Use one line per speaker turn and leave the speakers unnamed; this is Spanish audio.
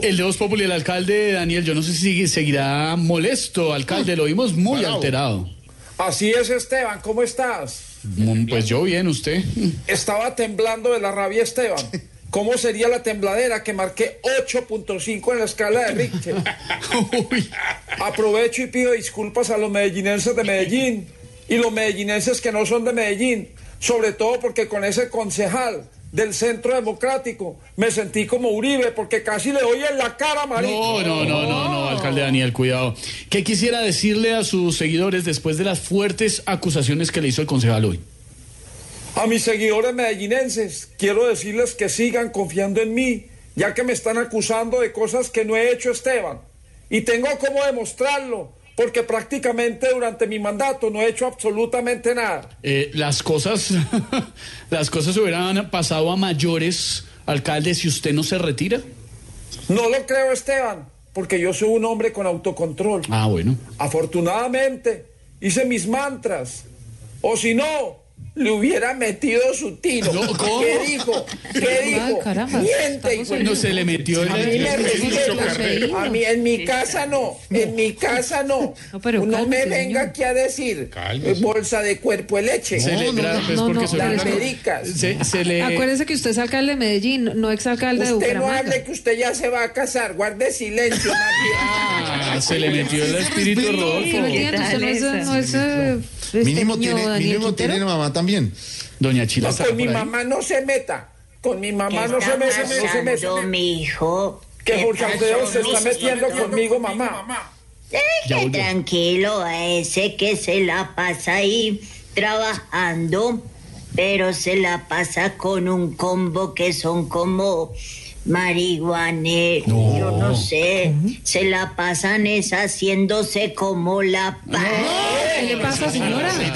El de Voz Populi, el alcalde Daniel, yo no sé si sigue- seguirá molesto, alcalde, lo vimos muy alterado.
Así es, Esteban, ¿cómo estás?
Mm, Pues yo bien, usted.
Estaba temblando de la rabia, Esteban. ¿Cómo sería la tembladera que marqué 8.5 en la escala de Richter?
Uy,
Aprovecho y pido disculpas a los medellinenses de Medellín y los medellinenses que no son de Medellín, sobre todo porque con ese concejal del Centro Democrático me sentí como Uribe porque casi le doy en la cara, marico.
no, no, no, no, no, alcalde Daniel, cuidado. ¿Qué quisiera decirle a sus seguidores después de las fuertes acusaciones que le hizo el concejal hoy?
A mis seguidores medellinenses, quiero decirles que sigan confiando en mí, ya que me están acusando de cosas que no he hecho, Esteban. Y tengo cómo demostrarlo, porque prácticamente durante mi mandato no he hecho absolutamente nada.
Eh, las cosas, las cosas hubieran pasado a mayores, alcalde, si usted no se retira.
No lo creo, Esteban, porque yo soy un hombre con autocontrol.
Ah, bueno.
Afortunadamente, hice mis mantras. O si no, le hubiera metido su tiro.
No, ¿cómo?
¿Qué dijo? ¿Qué
Ah,
dijo?
caramba.
Miente,
Estamos
hijo de
No se le metió el.
A mí me
cafeína.
respeta. A mí en mi casa no, en mi casa no.
No, pero
no me
cálmese,
venga
señor.
aquí a decir eh,
Cálmese.
bolsa de cuerpo de leche.
Se le,
No, no,
gra-
no,
pues,
no,
porque
no,
se
las
hubiera-
pericas.
se- se le-
Acuérdese que usted es alcalde de Medellín, no exalcalde de
Eh, Usted no hable
Bucaramanga.
que usted ya se va a casar, guarde silencio. más bien.
Ah, se le metió el espíritu de
Sí, lo
Rodolfo.
entiendo, usted no es, no es, eh, este
Mínimo
niño
tiene,
Daniel
mínimo
Quintero.
tiene la mamá también.
Doña Chila
No,
está
con mi
por ahí.
mamá no se meta. Con mi mamá no se meta, no se meta.
mi hijo.
Que
¿Qué
Jorge
pasó?
Alfredo se
No
está metiendo conmigo, mamá.
Ya
Deje
huyó.
tranquilo a ese que se la pasa ahí trabajando, pero se la pasa con un combo que son como marihuaneros, yo no sé, se la pasan es haciéndose como la... pa-
¿Qué le pasa, señora?